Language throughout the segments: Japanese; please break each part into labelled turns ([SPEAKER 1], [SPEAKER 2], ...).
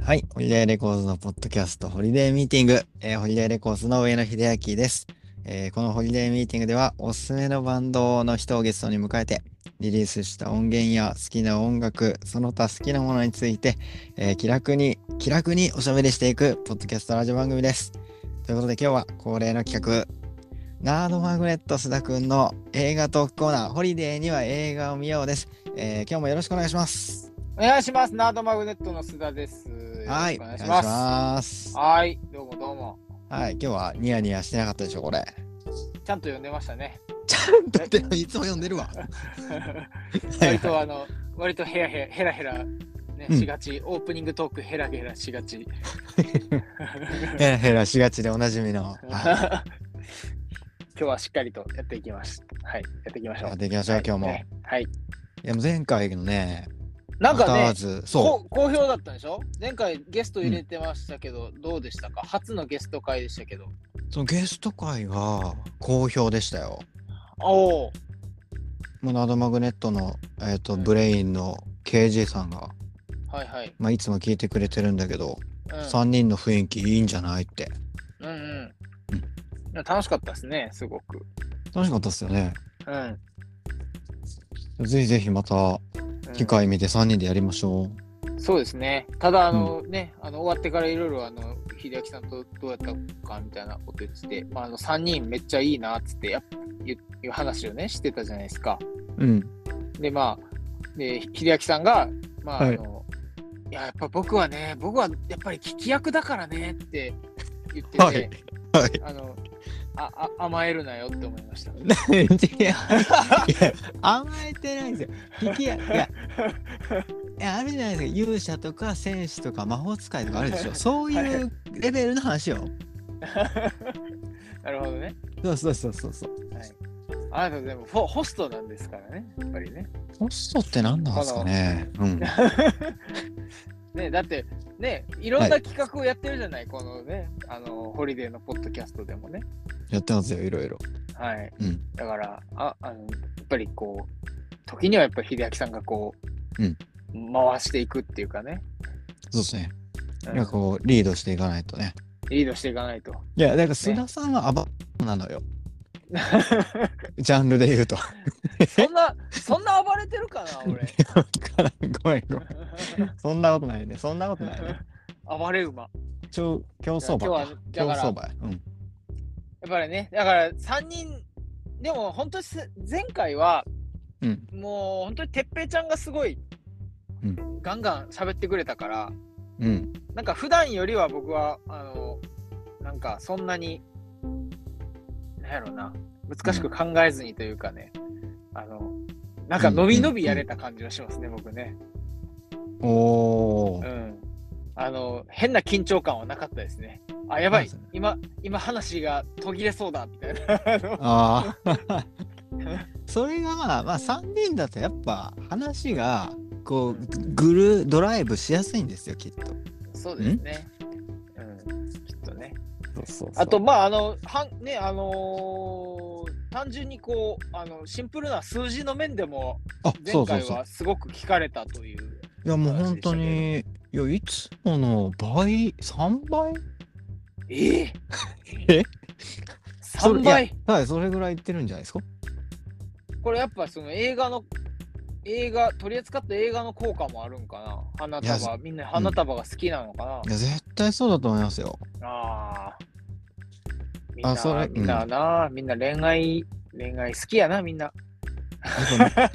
[SPEAKER 1] はい。ホリデーレコーズのポッドキャスト、ホリデーミーティング。えーホリデーレコーズの上野秀明です、えーこのホリデーミーティングでは、おすすめのバンドの人をゲストに迎えて、リリースした音源や好きな音楽、その他好きなものについて、えー気楽に、気楽におしゃべりしていく、ポッドキャストラジオ番組です。ということで今日は恒例の企画、ナードマグネット須田くんの映画トークコーナー、ホリデーには映画を見ようです。えー今日もよろしくお願いします。
[SPEAKER 2] お願いします。ナードマグネットの須田です。
[SPEAKER 1] はい、
[SPEAKER 2] よ
[SPEAKER 1] お
[SPEAKER 2] ろ
[SPEAKER 1] 願
[SPEAKER 2] し
[SPEAKER 1] いし
[SPEAKER 2] くお願いします。
[SPEAKER 1] ます。
[SPEAKER 2] はい、どうもどうも。
[SPEAKER 1] はい、今日はニヤニヤしてなかったでしょ、こ れ。
[SPEAKER 2] ちゃんと読んでまし たね。
[SPEAKER 1] ちゃんとでもいつも読んでる わ。
[SPEAKER 2] 割とあの、割とヘラヘラ、ヘラヘラ、ね、
[SPEAKER 1] うん
[SPEAKER 2] しがち、オープニングトークヘラヘラしがち。
[SPEAKER 1] ヘラヘラしがちでおなじみの。 は
[SPEAKER 2] 今日はしっかりとやっていきます。はい、やっていきま
[SPEAKER 1] い、
[SPEAKER 2] しょう
[SPEAKER 1] やっ。ていきましょう、今日も。
[SPEAKER 2] ね
[SPEAKER 1] い
[SPEAKER 2] はい。
[SPEAKER 1] や、もう前回のね、
[SPEAKER 2] なんか
[SPEAKER 1] また会わ
[SPEAKER 2] ね、
[SPEAKER 1] ずそ
[SPEAKER 2] こ好評だったんでしょ前回ゲスト入れてましたけど、どうでしたか初のゲスト会でしたけど。
[SPEAKER 1] う、そのゲスト会が好評でしたよ。
[SPEAKER 2] おお、
[SPEAKER 1] もうナードマグネットの、えっと
[SPEAKER 2] うん
[SPEAKER 1] ブレインの KG さんが、
[SPEAKER 2] はいはい。
[SPEAKER 1] まあ、いつも聞いてくれてるんだけど、
[SPEAKER 2] うん
[SPEAKER 1] 3人の雰囲気いいんじゃないって。
[SPEAKER 2] うんうん。楽しかったですね、すごく。
[SPEAKER 1] 楽しかったっすよね。
[SPEAKER 2] うんうん。
[SPEAKER 1] ぜひぜひまた機会見て3人でやりましょう。
[SPEAKER 2] そうですね。ただ、あの、ね、あの終わってからいろいろ、あの、秀明さんとどうやったかみたいなこと言ってて、まあ、あの3人めっちゃいいなっつってやっいういう話をね、してたじゃないですか。
[SPEAKER 1] うん。
[SPEAKER 2] で、まあ、で秀明さんが、まあ、あ
[SPEAKER 1] はい
[SPEAKER 2] の、い、や、やっぱ僕はね、僕はやっぱり聞き役だからねって言ってて、
[SPEAKER 1] はい。はい。
[SPEAKER 2] あのああ、甘えるなよって思いました。
[SPEAKER 1] いやいや甘えてないんですよ。聞きやいやいやあるじゃないですか勇者とか戦士とか魔法使いとかあるでしょそういうレベルの話よ。
[SPEAKER 2] なるほどね。
[SPEAKER 1] そうそうそうそうそう。
[SPEAKER 2] はい、あなたでもホホストなんですからね、やっぱりね。
[SPEAKER 1] ホストって何なんですかね。うん。
[SPEAKER 2] ねだって、ね、いろんな企画をやってるじゃない、このね、あの、ホリデーのポッドキャストでもね。
[SPEAKER 1] やってますよいろいろ。
[SPEAKER 2] はい。
[SPEAKER 1] うん
[SPEAKER 2] だから、ああのやっぱりこう、時にはやっぱり秀明さんがこう、
[SPEAKER 1] うん
[SPEAKER 2] 回していくっていうかね、
[SPEAKER 1] そうですね。
[SPEAKER 2] うん
[SPEAKER 1] いやこうリードしていかないとね。
[SPEAKER 2] リードしていかないと。
[SPEAKER 1] いやだから須田さんはアバなの よ。ジャンルで言うと。 わ
[SPEAKER 2] そん な、そんな暴れてるかな、俺。
[SPEAKER 1] からんごめんごめん。そんなことないね。そんなこと ないね。
[SPEAKER 2] 暴れ馬。
[SPEAKER 1] 超競走馬
[SPEAKER 2] いや
[SPEAKER 1] か。
[SPEAKER 2] 今日はだ
[SPEAKER 1] 競
[SPEAKER 2] から
[SPEAKER 1] 走馬や。うん。
[SPEAKER 2] やっぱりね、だから3人、でも本当にす前回は、
[SPEAKER 1] うん
[SPEAKER 2] もう本当にてっぺいちゃんがすごい、
[SPEAKER 1] うん
[SPEAKER 2] ガンガン喋ってくれたから、
[SPEAKER 1] うん。
[SPEAKER 2] なんか普段よりは僕は、あの、なんかそんなに、なんやろな、難しく考えずにというかね、あの、なんかのびのびやれた感じがしますね、僕ね。
[SPEAKER 1] おお、
[SPEAKER 2] うん。あの、変な緊張感はなかったですね。あ、やばい
[SPEAKER 1] そうですね、
[SPEAKER 2] 今、今話が途切れそうだ、みたいな。あの
[SPEAKER 1] ああ それがまあまあ3人だとやっぱ話がこうぐるドライブしやすいんですよきっと。
[SPEAKER 2] そうですね。うん、きっとね。
[SPEAKER 1] そうそう
[SPEAKER 2] あと、まあ、あの、はんね、あのー単純にこう、あの、シンプルな数字の面でも、
[SPEAKER 1] あそ
[SPEAKER 2] 前
[SPEAKER 1] うそう
[SPEAKER 2] 回
[SPEAKER 1] そう。
[SPEAKER 2] はすごく聞かれたという。
[SPEAKER 1] いやもう本当にいやいつもの倍3倍
[SPEAKER 2] ええ
[SPEAKER 1] え
[SPEAKER 2] ?3 倍
[SPEAKER 1] はいそれぐらいいってるんじゃないですか
[SPEAKER 2] これやっぱその映画の、映画、取り扱った映画の効果もあるんかな花
[SPEAKER 1] いや
[SPEAKER 2] 束、みんな花束が好きなのかな、
[SPEAKER 1] いや絶対そうだと思いますよ。
[SPEAKER 2] ああ。みんな、
[SPEAKER 1] あそれうん
[SPEAKER 2] みんなな、みんな恋愛、恋愛好きやな、みんな。
[SPEAKER 1] やっぱ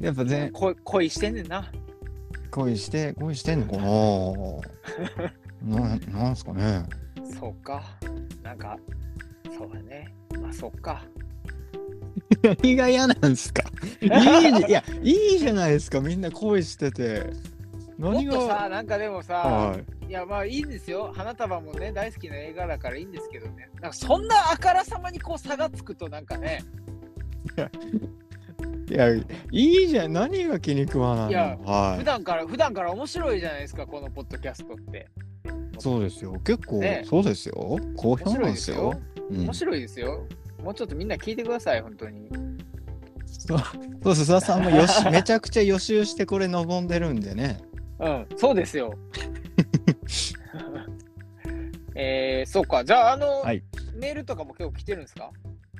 [SPEAKER 1] やっぱね
[SPEAKER 2] 恋恋してんねんな。
[SPEAKER 1] 恋して恋してんのかな ななんすかね
[SPEAKER 2] そうか。なんか、そうだね。まあ、そっか。
[SPEAKER 1] 何が嫌なんですかいいじいやいいじゃないですかみんな恋してて
[SPEAKER 2] もっ
[SPEAKER 1] 何が
[SPEAKER 2] とさ、なんかでもさ、
[SPEAKER 1] はい
[SPEAKER 2] い、や、まあいいんですよ。花束もね、大好きな映画だからいいんですけどね。なんかそんなあからさまにこう差がつくと、なんかね、
[SPEAKER 1] いやいいじゃん何が気に食わないの
[SPEAKER 2] いや普
[SPEAKER 1] は
[SPEAKER 2] 段から、普段から面白いじゃないですか、このポッドキャストって。
[SPEAKER 1] いそうですよ結構、
[SPEAKER 2] ね
[SPEAKER 1] そうですよ好
[SPEAKER 2] 面
[SPEAKER 1] 評な
[SPEAKER 2] 白
[SPEAKER 1] いん
[SPEAKER 2] で
[SPEAKER 1] ですす
[SPEAKER 2] よ
[SPEAKER 1] よ。うん
[SPEAKER 2] 面白いですよ。もうちょっとみんな聞いてください、本当に。
[SPEAKER 1] そうそう須田さんもよしめちゃくちゃ予習してこれ望んでるんでね
[SPEAKER 2] ううん、そうで すよ。 えー、そうか。じゃあ、あの、
[SPEAKER 1] はい
[SPEAKER 2] メールとかも今日来てるんですか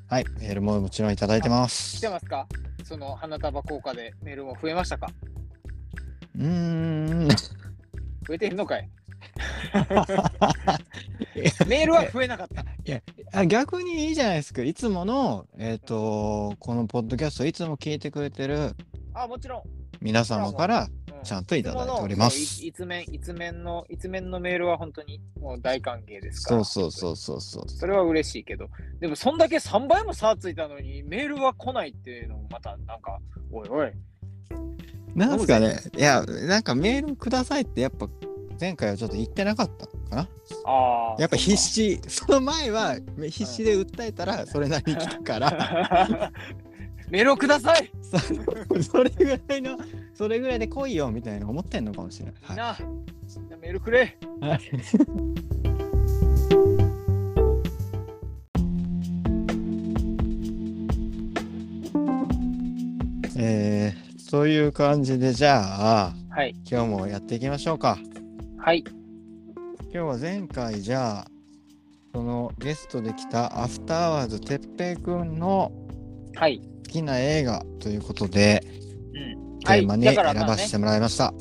[SPEAKER 1] はい、メールももちろんいただいてます。
[SPEAKER 2] 来てますかその花束効果でメールも増えましたか
[SPEAKER 1] うーん。
[SPEAKER 2] 増えてんの かいメールは増えなかった。
[SPEAKER 1] あ逆にいいじゃないですか。いつもの、えっ、と、このポッドキャストをいつも聞いてくれてる
[SPEAKER 2] あ、もちろん。
[SPEAKER 1] 皆様から、
[SPEAKER 2] う
[SPEAKER 1] ちゃんといただいております
[SPEAKER 2] いつものいつ面、いつ面の、いつ面のメールは本当にもう大歓迎ですか
[SPEAKER 1] そ
[SPEAKER 2] ら。
[SPEAKER 1] うそうそうそうそう。
[SPEAKER 2] それは嬉しいけど、でもそんだけ3倍も差ついたのに、メールは来ないっていうのもまたなんか、おいおい。
[SPEAKER 1] なんすかね。いや、なんかメールくださいってやっぱ前回はちょっと言ってなかったのかな。
[SPEAKER 2] ああ。
[SPEAKER 1] やっぱ
[SPEAKER 2] そう
[SPEAKER 1] 必
[SPEAKER 2] か
[SPEAKER 1] 死、その前はめ必死で訴えたらそれなりに来た から、
[SPEAKER 2] メールをください、
[SPEAKER 1] そそれぐらいの、それぐらいで来いよみたいな思ってんのかもしれない。は
[SPEAKER 2] みんな、みんなメールくれ
[SPEAKER 1] いはいえー、そういう感じでじゃあ
[SPEAKER 2] はい、
[SPEAKER 1] 今日もやっていきましょうか。
[SPEAKER 2] はい、
[SPEAKER 1] 今日は前回じゃあそのゲストで来たアフターアワーズてっぺいくんの
[SPEAKER 2] はい。
[SPEAKER 1] 好きな映画ということで
[SPEAKER 2] うん
[SPEAKER 1] テーマに
[SPEAKER 2] はい
[SPEAKER 1] 選
[SPEAKER 2] だからまあ
[SPEAKER 1] ばせてもらいました。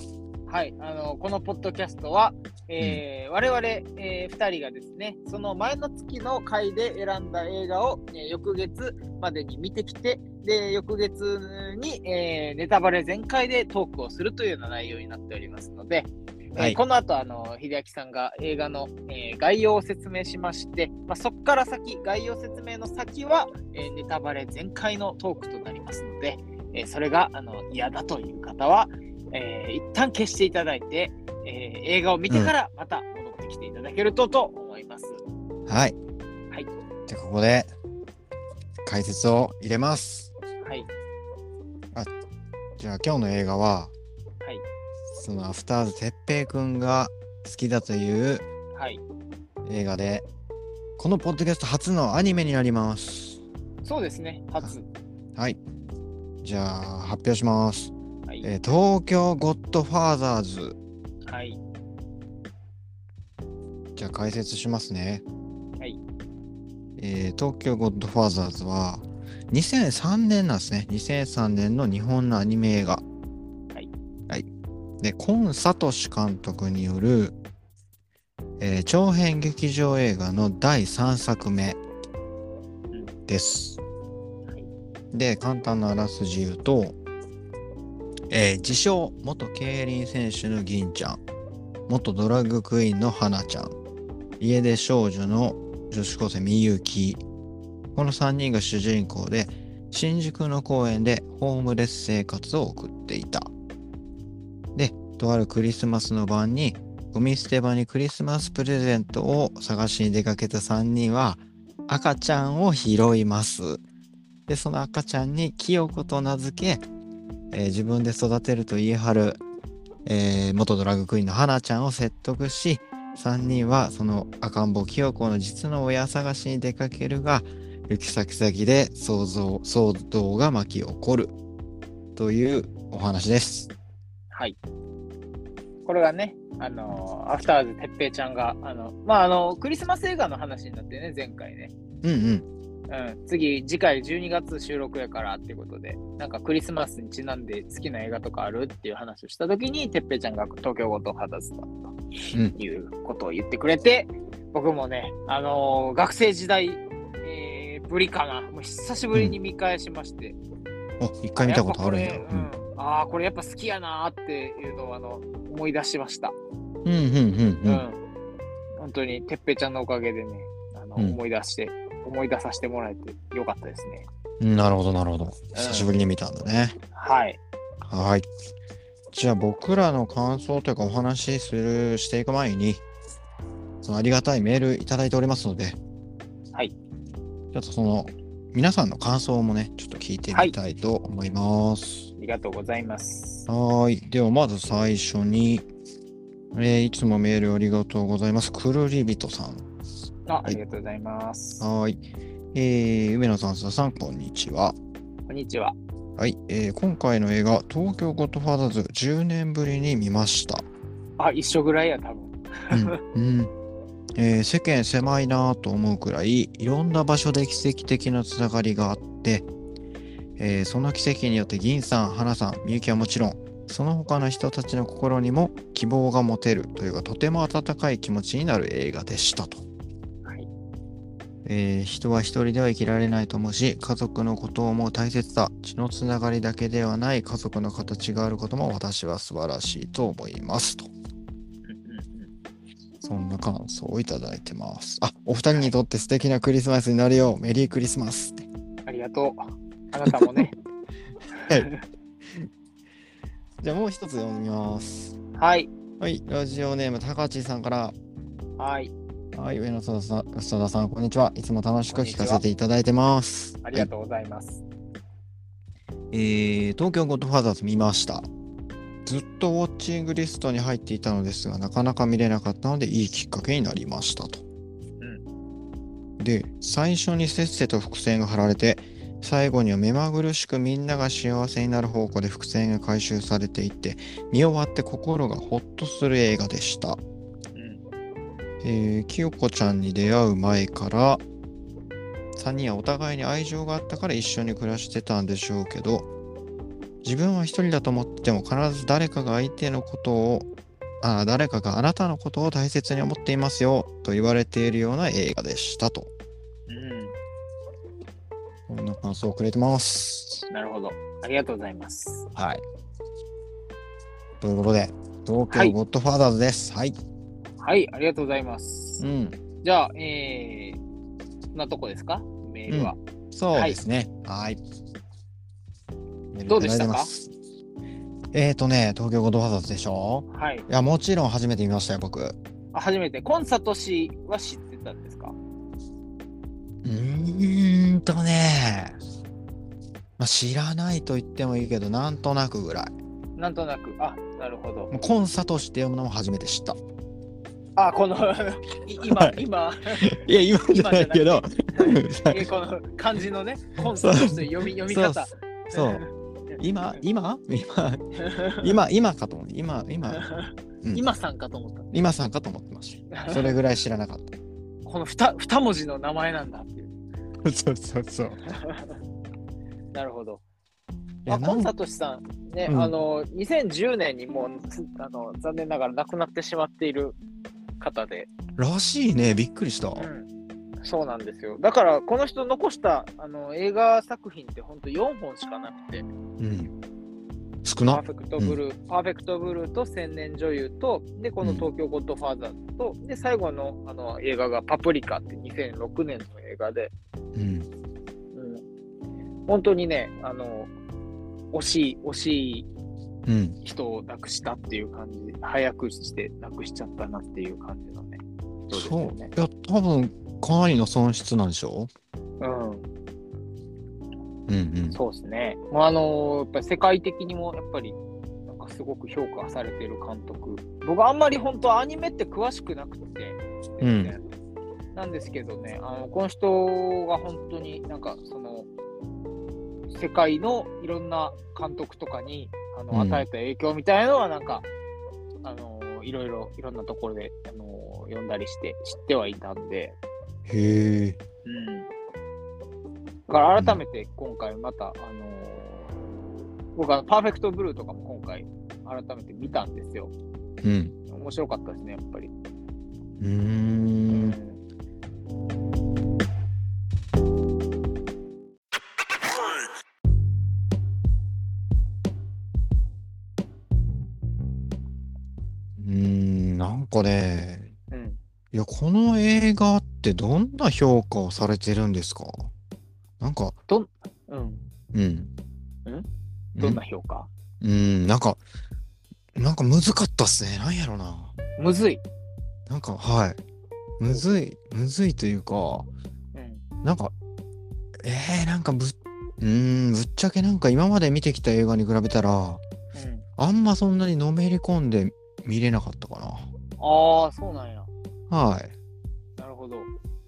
[SPEAKER 2] はい、あのこのポッドキャストは、えー我々、え2人がですねその前の月の回で選んだ映画を、えー翌月までに見てきてで翌月に、えーネタバレ全開でトークをするというような内容になっておりますので、えー
[SPEAKER 1] はい
[SPEAKER 2] この後あの秀明さんが映画の、えー概要を説明しまして、まあ、そこから先概要説明の先は、えーネタバレ全開のトークとなりますので、えーそれがあの嫌だという方はえー一旦消していただいて、えー映画を見てからまた戻ってきていただけるとと思います。
[SPEAKER 1] はい。
[SPEAKER 2] はい
[SPEAKER 1] でここで解説を入れます。
[SPEAKER 2] はい、
[SPEAKER 1] じゃあ今日の映画は、
[SPEAKER 2] はい
[SPEAKER 1] そのアフターズてっぺいくんが好きだという
[SPEAKER 2] はい。
[SPEAKER 1] 映画でこのポッドキャスト初のアニメになります。
[SPEAKER 2] そうですね、初。
[SPEAKER 1] はい。じゃあ発表します。
[SPEAKER 2] はい。
[SPEAKER 1] えー東京ゴッドファーザーズ。
[SPEAKER 2] はい。
[SPEAKER 1] じゃあ解説しますね。
[SPEAKER 2] はい。
[SPEAKER 1] えー東京ゴッドファーザーズは2003年なんですね。2003年の日本のアニメ映画。
[SPEAKER 2] はい。
[SPEAKER 1] はい。で、コン・サトシ監督による、えー長編劇場映画の第3作目です。
[SPEAKER 2] はい
[SPEAKER 1] で、簡単なあらすじ言うと、えー自称元競輪選手の銀ちゃん、元ドラッグクイーンの花ちゃん、家出少女の女子高生みゆきこの3人が主人公で新宿の公園でホームレス生活を送っていたでとあるクリスマスの晩にゴミ捨て場にクリスマスプレゼントを探しに出かけた3人は赤ちゃんを拾いますでその赤ちゃんに清子と名付け、えー自分で育てると言い張る、えー元ドラッグクイーンの花ちゃんを説得し3人はその赤ん坊清子の実の親探しに出かけるが行き先々で想像騒動が巻き起こるというお話です。
[SPEAKER 2] はい。これがね、あのーアフターズてっぺいちゃんが、あの、まあ、あの、クリスマス映画の話になってね、前回ね。
[SPEAKER 1] うんうん。
[SPEAKER 2] うん、次、次回12月収録やからっていうことで、なんかクリスマスにちなんで好きな映画とかあるっていう話をしたときに、てっぺいちゃんが東京ごと肌ずだ
[SPEAKER 1] うん
[SPEAKER 2] ということを言ってくれて、僕もね、あのー学生時代、えーぶりかな、もう久しぶりに見返しまして、
[SPEAKER 1] お一回見たことあるん
[SPEAKER 2] や
[SPEAKER 1] や
[SPEAKER 2] っ。ぱこれうんああ、これやっぱ好きやなーっていうのをあの思い出しました。
[SPEAKER 1] うんうんうんう
[SPEAKER 2] う。
[SPEAKER 1] んん。
[SPEAKER 2] 本当に、てっぺいちゃんのおかげでね、あの
[SPEAKER 1] うん
[SPEAKER 2] 思い出して、思い出させてもらえてよかったですね。
[SPEAKER 1] うんなるほどなるほど。久しぶりに見たんだね。
[SPEAKER 2] はい。
[SPEAKER 1] はい。じゃあ僕らの感想というかお話しするしていく前にそのありがたいメールいただいておりますので、
[SPEAKER 2] はい
[SPEAKER 1] ちょっとその皆さんの感想もねちょっと聞いてみたいと思います。
[SPEAKER 2] ありがとうございます。
[SPEAKER 1] はーい。ではまず最初に、えーいつもメールありがとうございます。くるりびとさん。
[SPEAKER 2] あありがとうございます。
[SPEAKER 1] はーい。えー、梅野さん、須田さん、こんにちは。
[SPEAKER 2] こんにちは。
[SPEAKER 1] はい、えー今回の映画「東京ゴッドファーザーズ」10年ぶりに見ました
[SPEAKER 2] あ、一緒ぐらいや、多分。
[SPEAKER 1] うんうんえー世間狭いなぁと思うくらいいろんな場所で奇跡的なつながりがあって、えーその奇跡によって銀さん花さんみゆきはもちろんその他の人たちの心にも希望が持てるというかとても温かい気持ちになる映画でしたと。
[SPEAKER 2] はい
[SPEAKER 1] えー人は一人では生きられないと思うし家族のことを思う大切さ血のつながりだけではない家族の形があることも私は素晴らしいと思いますと。そんな感想をいただいてます。あ、お二人にとって素敵なクリスマスになるよう、メリークリスマスって。
[SPEAKER 2] ありがとう。あなたも ね。
[SPEAKER 1] じゃあもう一つ読みます。
[SPEAKER 2] はい。
[SPEAKER 1] はい、ラジオネーム、高知さんから。
[SPEAKER 2] はい。
[SPEAKER 1] はい、上野さん、須田さん、こんにちは。いつも楽しく
[SPEAKER 2] こんに
[SPEAKER 1] 聞
[SPEAKER 2] ちは
[SPEAKER 1] かせていただいてます。
[SPEAKER 2] ありがとうございます。
[SPEAKER 1] えー東京ゴッドファーザーズ見ました。ずっとウォッチングリストに入っていたのですが、なかなか見れなかったので、いいきっかけになりましたと。で、最初にせっせと伏線が張られて、最後には目まぐるしくみんなが幸せになる方向で伏線が回収されていって、見終わって心がほっとする映画でした。
[SPEAKER 2] うん。
[SPEAKER 1] えー、清子ちゃんに出会う前から3人はお互いに愛情があったから一緒に暮らしてたんでしょうけど自分は一人だと思ってても必ず誰かが相手のことをあ誰かがあなたのことを大切に思っていますよと言われているような映画でしたと
[SPEAKER 2] う
[SPEAKER 1] こんな感想をくれてます
[SPEAKER 2] ん。なるほど。ありがとうございます。
[SPEAKER 1] はいということで東
[SPEAKER 2] は
[SPEAKER 1] 京
[SPEAKER 2] い
[SPEAKER 1] ゴッドファーザーズですはい、
[SPEAKER 2] はい。ありがとうございます
[SPEAKER 1] う。ん
[SPEAKER 2] じゃあ、えー、そんなとこですかメールは。
[SPEAKER 1] そうですね。はい。
[SPEAKER 2] どうで
[SPEAKER 1] メールい
[SPEAKER 2] したか
[SPEAKER 1] いてますえーとね、東京ゴッドファーザーズでしょ
[SPEAKER 2] はい。
[SPEAKER 1] いや、もちろん初めて見ましたよ、僕。う
[SPEAKER 2] あ初めて、コンサト氏は知ってたんですか
[SPEAKER 1] ーんとね、まあ、知らないと言ってもいいけど、なんとなくぐらい。
[SPEAKER 2] なんとなく。あ、なるほど。
[SPEAKER 1] もうコンサトシって読むのも初めて知った。
[SPEAKER 2] あ、この、 い今、今、
[SPEAKER 1] いや、今じゃないけど、
[SPEAKER 2] えこの漢字のね、コンサト氏という読み読み方。
[SPEAKER 1] そうそ う。今、今今、今、今かと思う。今、今、うん
[SPEAKER 2] 今さんかと思っ。
[SPEAKER 1] 今さんかと思ってましたた。それぐらい知らなかった。
[SPEAKER 2] この二二文字の名前なんだっていう。
[SPEAKER 1] そうそうそう。
[SPEAKER 2] なるほど。
[SPEAKER 1] いや
[SPEAKER 2] あコン
[SPEAKER 1] な
[SPEAKER 2] サ
[SPEAKER 1] ん
[SPEAKER 2] トシさん、ね、
[SPEAKER 1] うん
[SPEAKER 2] あの、2010年にもうつあの残念ながら亡くなってしまっている方で、
[SPEAKER 1] らしいね、びっくりした。
[SPEAKER 2] うん、そうなんですよ。だから、この人残したあの映画作品って本当4本しかなくて、
[SPEAKER 1] うん。少
[SPEAKER 2] パ
[SPEAKER 1] な
[SPEAKER 2] ー。フェクトブルー、パーフェクトブルーと千年女優と、で、この
[SPEAKER 1] うん
[SPEAKER 2] 東京ゴッドファーザーズと、で、最後のあの映画がパプリカって2006年の映画で、
[SPEAKER 1] うん。
[SPEAKER 2] うん、本当にね、あの、惜しい、惜しい
[SPEAKER 1] うん。
[SPEAKER 2] 人を亡くしたっていう感じで、早くして亡くしちゃったなっていう感じのね。人です
[SPEAKER 1] そ
[SPEAKER 2] よ
[SPEAKER 1] う。い
[SPEAKER 2] ね。
[SPEAKER 1] や、多分、かなりの損失なんでしょ
[SPEAKER 2] うん、
[SPEAKER 1] うんうん。
[SPEAKER 2] そうですね。まあ、あのやっぱり世界的にも、やっぱり、なんかすごく評価されてる監督。僕、あんまり本当アニメって詳しくなくて、全然なんですけどね、あの、この人が本当になんか、その、世界のいろんな監督とかにあ
[SPEAKER 1] うん
[SPEAKER 2] の与えた影響みたいなのはなんか、あのいろいろいろんなところであの読んだりして知ってはいたんで、
[SPEAKER 1] へえ。
[SPEAKER 2] うん、だから改めて今回また、あの僕はパーフェクトブルーとかも今回改めて見たんですよ。
[SPEAKER 1] うん。
[SPEAKER 2] 面白かったですね、やっぱり。
[SPEAKER 1] うーん。うーん。なんかね、
[SPEAKER 2] うん
[SPEAKER 1] いや、この映画ってどんな評価をされてるんですかなんか、
[SPEAKER 2] うん、
[SPEAKER 1] うん。
[SPEAKER 2] どんな評価、
[SPEAKER 1] うん、なんか、なんかむずかったっすね。なんやろな。
[SPEAKER 2] むずい。
[SPEAKER 1] なんか、はい。むずい、むずいというか、
[SPEAKER 2] うん
[SPEAKER 1] なんか、えー、なんかぶっ、うーん、ぶっちゃけなんか今まで見てきた映画に比べたら、
[SPEAKER 2] うん
[SPEAKER 1] あんまそんなにのめり込んで見れなかったか
[SPEAKER 2] ああ、そうなんや。
[SPEAKER 1] な。はい。
[SPEAKER 2] なるほど。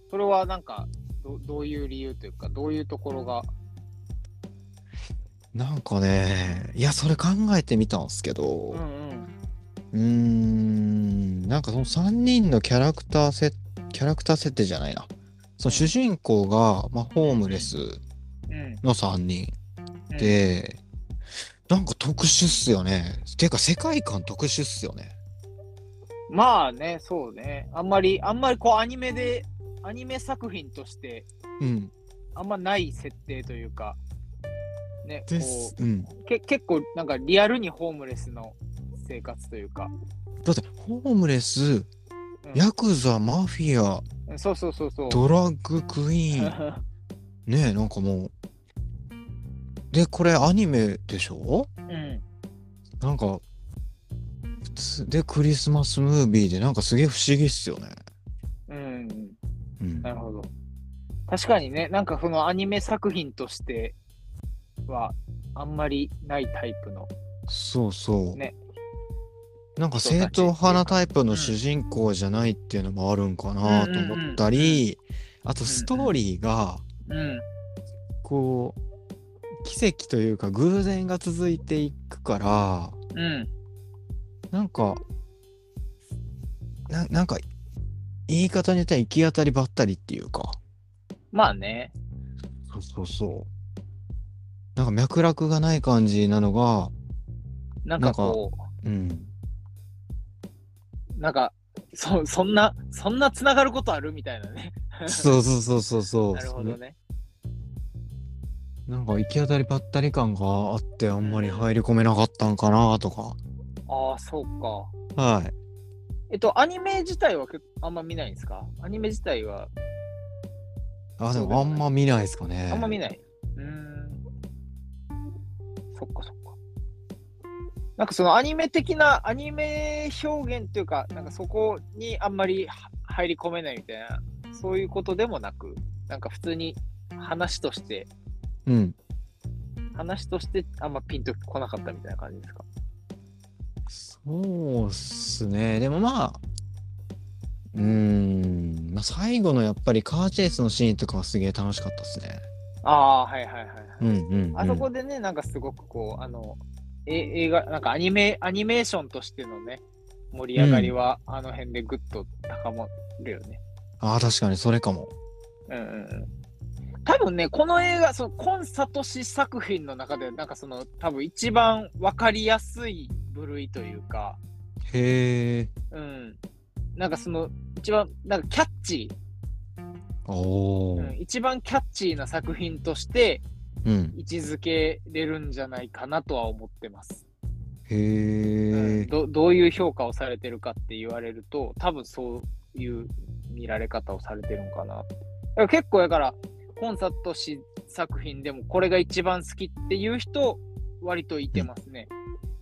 [SPEAKER 2] それはなんか、どどういう理由というか、どういうところが。
[SPEAKER 1] なんかね、いや、それ考えてみたんすけど、
[SPEAKER 2] ん
[SPEAKER 1] うーんなんかその3人のキャラクターせキャラクター設定じゃないなその主人公が、まあ、ホームレス
[SPEAKER 2] うん。
[SPEAKER 1] の3人
[SPEAKER 2] うん、
[SPEAKER 1] で、なんか特殊っすよねていうか世界観特殊っすよね
[SPEAKER 2] まあね、そうね。あんまり、あんまりこうアニメで、アニメ作品として、
[SPEAKER 1] うん
[SPEAKER 2] あんまない設定というか、ね、こ
[SPEAKER 1] ですうん
[SPEAKER 2] うけ結構なんかリアルにホームレスの生活というか、
[SPEAKER 1] だってホームレス
[SPEAKER 2] うん
[SPEAKER 1] ヤクザマフィア
[SPEAKER 2] そうそうそうそう。
[SPEAKER 1] ドラッグクイ ーンねえなんかもうでこれアニメでしょ
[SPEAKER 2] うん、
[SPEAKER 1] なんか普通でクリスマスムービーでなんかすげえ不思議っすよね。
[SPEAKER 2] うん、
[SPEAKER 1] うん
[SPEAKER 2] なるほど。確かにね、なんかそのアニメ作品としては、あんまりないタイプの。
[SPEAKER 1] そうそう。
[SPEAKER 2] ね
[SPEAKER 1] なんか正統派なタイプの主人公じゃないっていうのもあるんかなと思ったり、あとストーリーが
[SPEAKER 2] うん、
[SPEAKER 1] こう奇跡というか偶然が続いていくから
[SPEAKER 2] うん、
[SPEAKER 1] なんかななんか言い方によっては行き当たりばったりっていうか。
[SPEAKER 2] まあね。
[SPEAKER 1] そうそうそう。なんか脈絡がない感じなのが、
[SPEAKER 2] なんかこ う、
[SPEAKER 1] うん。
[SPEAKER 2] なんか、そそんな、そんなつながることあるみたいなね。
[SPEAKER 1] そうそうそうそうそう。
[SPEAKER 2] なるほどね。
[SPEAKER 1] なんか行き当たりばったり感があって、あんまり入り込めなかったんかなとか。
[SPEAKER 2] ああ、そうか。
[SPEAKER 1] はい。
[SPEAKER 2] えっと、アニメ自体はけあんま見ないんですかアニメ自体は
[SPEAKER 1] あ、でもあんま見ないですかね。
[SPEAKER 2] あんま見
[SPEAKER 1] ない。
[SPEAKER 2] ない。うーん。そっかそっか。なんかそのアニメ的なアニメ表現というか、なんかそこにあんまりは入り込めないみたいな、そういうことでもなく、なんか普通に話として、
[SPEAKER 1] うん。
[SPEAKER 2] 話としてあんまピンとこなかったみたいな感じですか。
[SPEAKER 1] そうっすね。でもまあ、うーん、まあ、最後のやっぱりカーチェイスのシーンとかはすげえ楽しかったっすね。
[SPEAKER 2] ああー、はいはいはいはい。
[SPEAKER 1] うんうん、うん。
[SPEAKER 2] あそこでね、なんかすごくこう、あの、え映画、なんかアニメ、アニメーションとしてのね、盛り上がりは、あの辺でぐっと高まるよね。
[SPEAKER 1] ああ、確かにそれかも。
[SPEAKER 2] うんうんうん。多分ね、この映画、その、コンサトシ作品の中で、なんかその、多分一番わかりやすい部類というか、
[SPEAKER 1] へえ。
[SPEAKER 2] うん。なんかその、一番、なんかキャッチ
[SPEAKER 1] おお。
[SPEAKER 2] ー、うん、一番キャッチーな作品として
[SPEAKER 1] うん。
[SPEAKER 2] 位置づけれるんじゃないかなとは思ってます。う
[SPEAKER 1] へえ
[SPEAKER 2] ん、どどういう評価をされてるかって言われると多分そういう見られ方をされてるんかなだから結構だからコンサートし作品でもこれが一番好きっていう人割といてますね、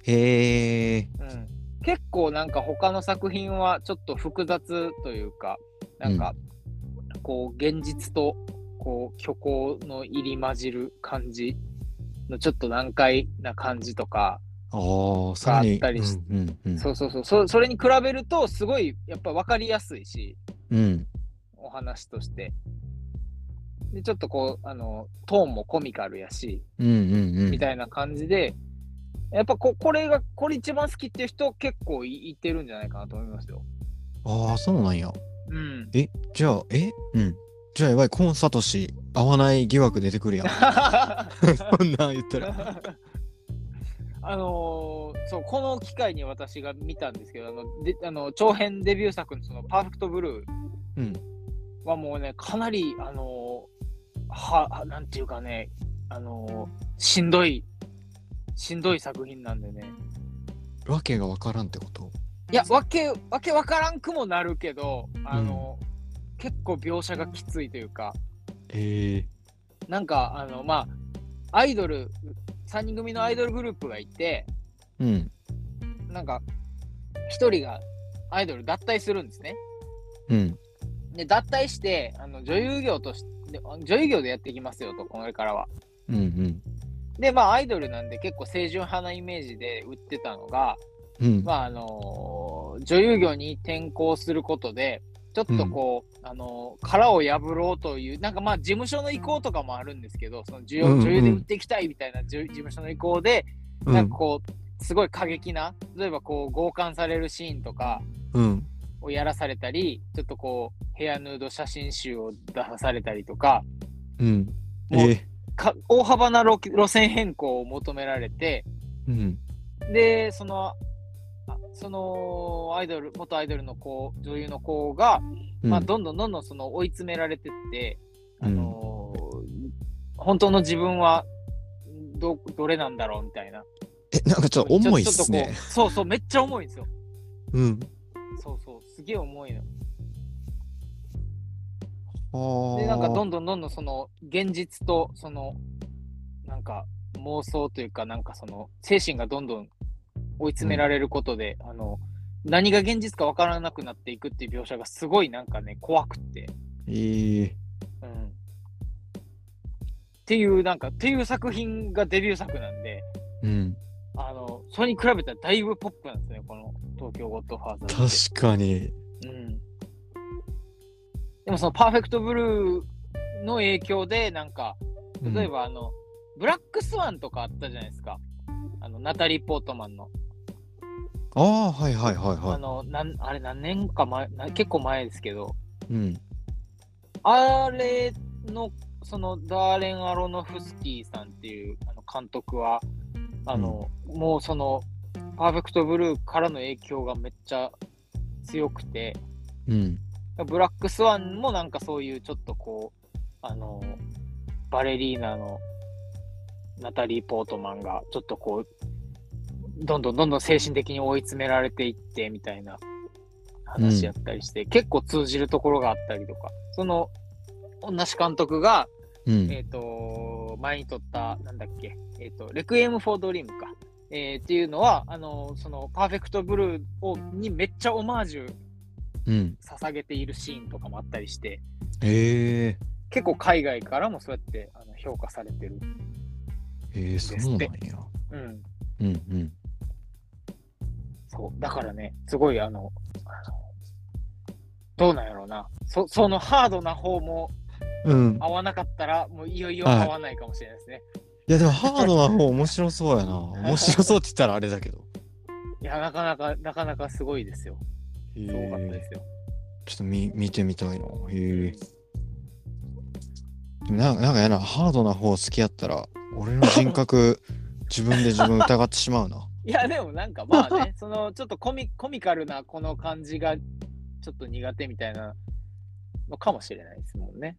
[SPEAKER 1] へえ
[SPEAKER 2] うん、結構なんか他の作品はちょっと複雑というかなんかこう現実とこう虚構の入り混じる感じのちょっと難解な感じとか、
[SPEAKER 1] ああさら
[SPEAKER 2] あ
[SPEAKER 1] に
[SPEAKER 2] ったりし
[SPEAKER 1] うんうん
[SPEAKER 2] そうそうそうそそれに比べるとすごいやっぱ分かりやすいし
[SPEAKER 1] うんうん
[SPEAKER 2] お話としてでちょっとこうあのトーンもコミカルやし
[SPEAKER 1] うんうんうん
[SPEAKER 2] みたいな感じで、やっぱここれがこれ一番好きっていう人結構いいてるんじゃないかなと思いますよ。
[SPEAKER 1] ああそうなんや
[SPEAKER 2] うん、
[SPEAKER 1] えじゃあえうんじゃあやばいコンサトシ合わない疑惑出てく るやんそんなん言ったら
[SPEAKER 2] あのーそうこの機会に私が見たんですけどあのであの長編デビュー作のその「パーフェクトブルー
[SPEAKER 1] うん」
[SPEAKER 2] はもうねかなりあのーははなんていうかねあのーしんどいしんどい作品なんでね
[SPEAKER 1] わけがわからんってこと
[SPEAKER 2] いやわけわけわからんくもなるけどあのー、結構描写がきついというか
[SPEAKER 1] へえ
[SPEAKER 2] なんかあのまあアイドル3人組のアイドルグループがいて、
[SPEAKER 1] うん
[SPEAKER 2] なんか、一人がアイドル脱退するんですね。
[SPEAKER 1] うん
[SPEAKER 2] で、脱退して、あの女優業としで女優業でやっていきますよと、これからは。
[SPEAKER 1] うんうん
[SPEAKER 2] で、まあ、アイドルなんで結構清純派なイメージで売ってたのが、
[SPEAKER 1] うん
[SPEAKER 2] まあ、あのー女優業に転向することで、ちょっとこう、あのー殻を破ろうという、なんかまあ、事務所の意向とかもあるんですけど、その女優
[SPEAKER 1] うんうん
[SPEAKER 2] 女優で売っていきたいみたいなじゅ事務所の意向で、
[SPEAKER 1] うん
[SPEAKER 2] なんかこう、すごい過激な例えばこう強姦されるシーンとか
[SPEAKER 1] うん。
[SPEAKER 2] をやらされたりちょっとこうヘアヌード写真集を出されたりとか
[SPEAKER 1] うん。
[SPEAKER 2] もう
[SPEAKER 1] え
[SPEAKER 2] か大幅な路路線変更を求められて
[SPEAKER 1] うん。
[SPEAKER 2] でそのあそのアイドル元アイドルの子女優の子が、
[SPEAKER 1] うん
[SPEAKER 2] まあ、どんどんどんどんその追い詰められてって、あのー本当の自分はどどれなんだろうみたいな
[SPEAKER 1] え、なんかちょっと重いっす
[SPEAKER 2] ちょ
[SPEAKER 1] ね。
[SPEAKER 2] ちょっとこうそうそうめっちゃ重いんですよ
[SPEAKER 1] うん。
[SPEAKER 2] そうそうすげえ重いの
[SPEAKER 1] ああ。
[SPEAKER 2] でなんかどんどんどんどんその現実とそのなんか妄想というかなんかその精神がどんどん追い詰められることで、あの何が現実か分からなくなっていくっていう描写がすごいなんかね怖くって、
[SPEAKER 1] ええ
[SPEAKER 2] うん、っていうなんかっていう作品がデビュー作なんで
[SPEAKER 1] うん。
[SPEAKER 2] あのそれに比べたらだいぶポップなんですねこの「東京ゴッドファーザー」って。
[SPEAKER 1] 確かに。
[SPEAKER 2] うんでもそのパーフェクトブルーの影響でなんか
[SPEAKER 1] うん
[SPEAKER 2] 例え。ばあの、ブラックスワンとかあったじゃないですかあのナタリー・ポートマンの,、
[SPEAKER 1] ああ、はいはいはい
[SPEAKER 2] あ
[SPEAKER 1] は
[SPEAKER 2] のなんあれ何年か前な結構前ですけど
[SPEAKER 1] い。うん。
[SPEAKER 2] あれのそのダーレン・アロノフスキーさんっていうあの監督はあの、もうそのパーフェクトブルーからの影響がめっちゃ強くて、
[SPEAKER 1] うん。
[SPEAKER 2] ブラックスワンもなんかそういうちょっとこう、あの、バレリーナのナタリー・ポートマンがちょっとこう、どんどんどんどん精神的に追い詰められていってみたいな話やったりして、結構通じるところがあったりとか、その、同じ監督が、
[SPEAKER 1] うん。
[SPEAKER 2] えっ、と、前に撮った、なんだっけ、えっ、と、レクイエム・フォー・ドリームか。えーっていうのは、あの、その、パーフェクト・ブルーをにめっちゃオマージュ
[SPEAKER 1] うん。
[SPEAKER 2] 捧げているシーンとかもあったりして
[SPEAKER 1] ええ
[SPEAKER 2] 結構海外からもそうやってあの評価されてる、
[SPEAKER 1] ええそうなんや。
[SPEAKER 2] うん、
[SPEAKER 1] うんうん。
[SPEAKER 2] そうだからねすごいあのあのどうなんやろうなそそのハードな方も
[SPEAKER 1] うん。
[SPEAKER 2] 合わなかったらもういよいよ
[SPEAKER 1] はい
[SPEAKER 2] 合わないかもしれないですね、
[SPEAKER 1] いやでもハードな方面白そうやな。面白そうって言ったらあれだけ ど。
[SPEAKER 2] い、やなかなかなかなかすごいですよ
[SPEAKER 1] へ
[SPEAKER 2] すごかったで
[SPEAKER 1] え
[SPEAKER 2] すよ、
[SPEAKER 1] ちょっと見見てみたいな。へえ。でもなんかなんかやな、ハードな方好きやったら、俺の人格、自分で自分疑ってしまうな。
[SPEAKER 2] いやでもなんかまあね そのちょっとコミコミカルなこの感じがちょっと苦手みたいなのかもしれないですもんね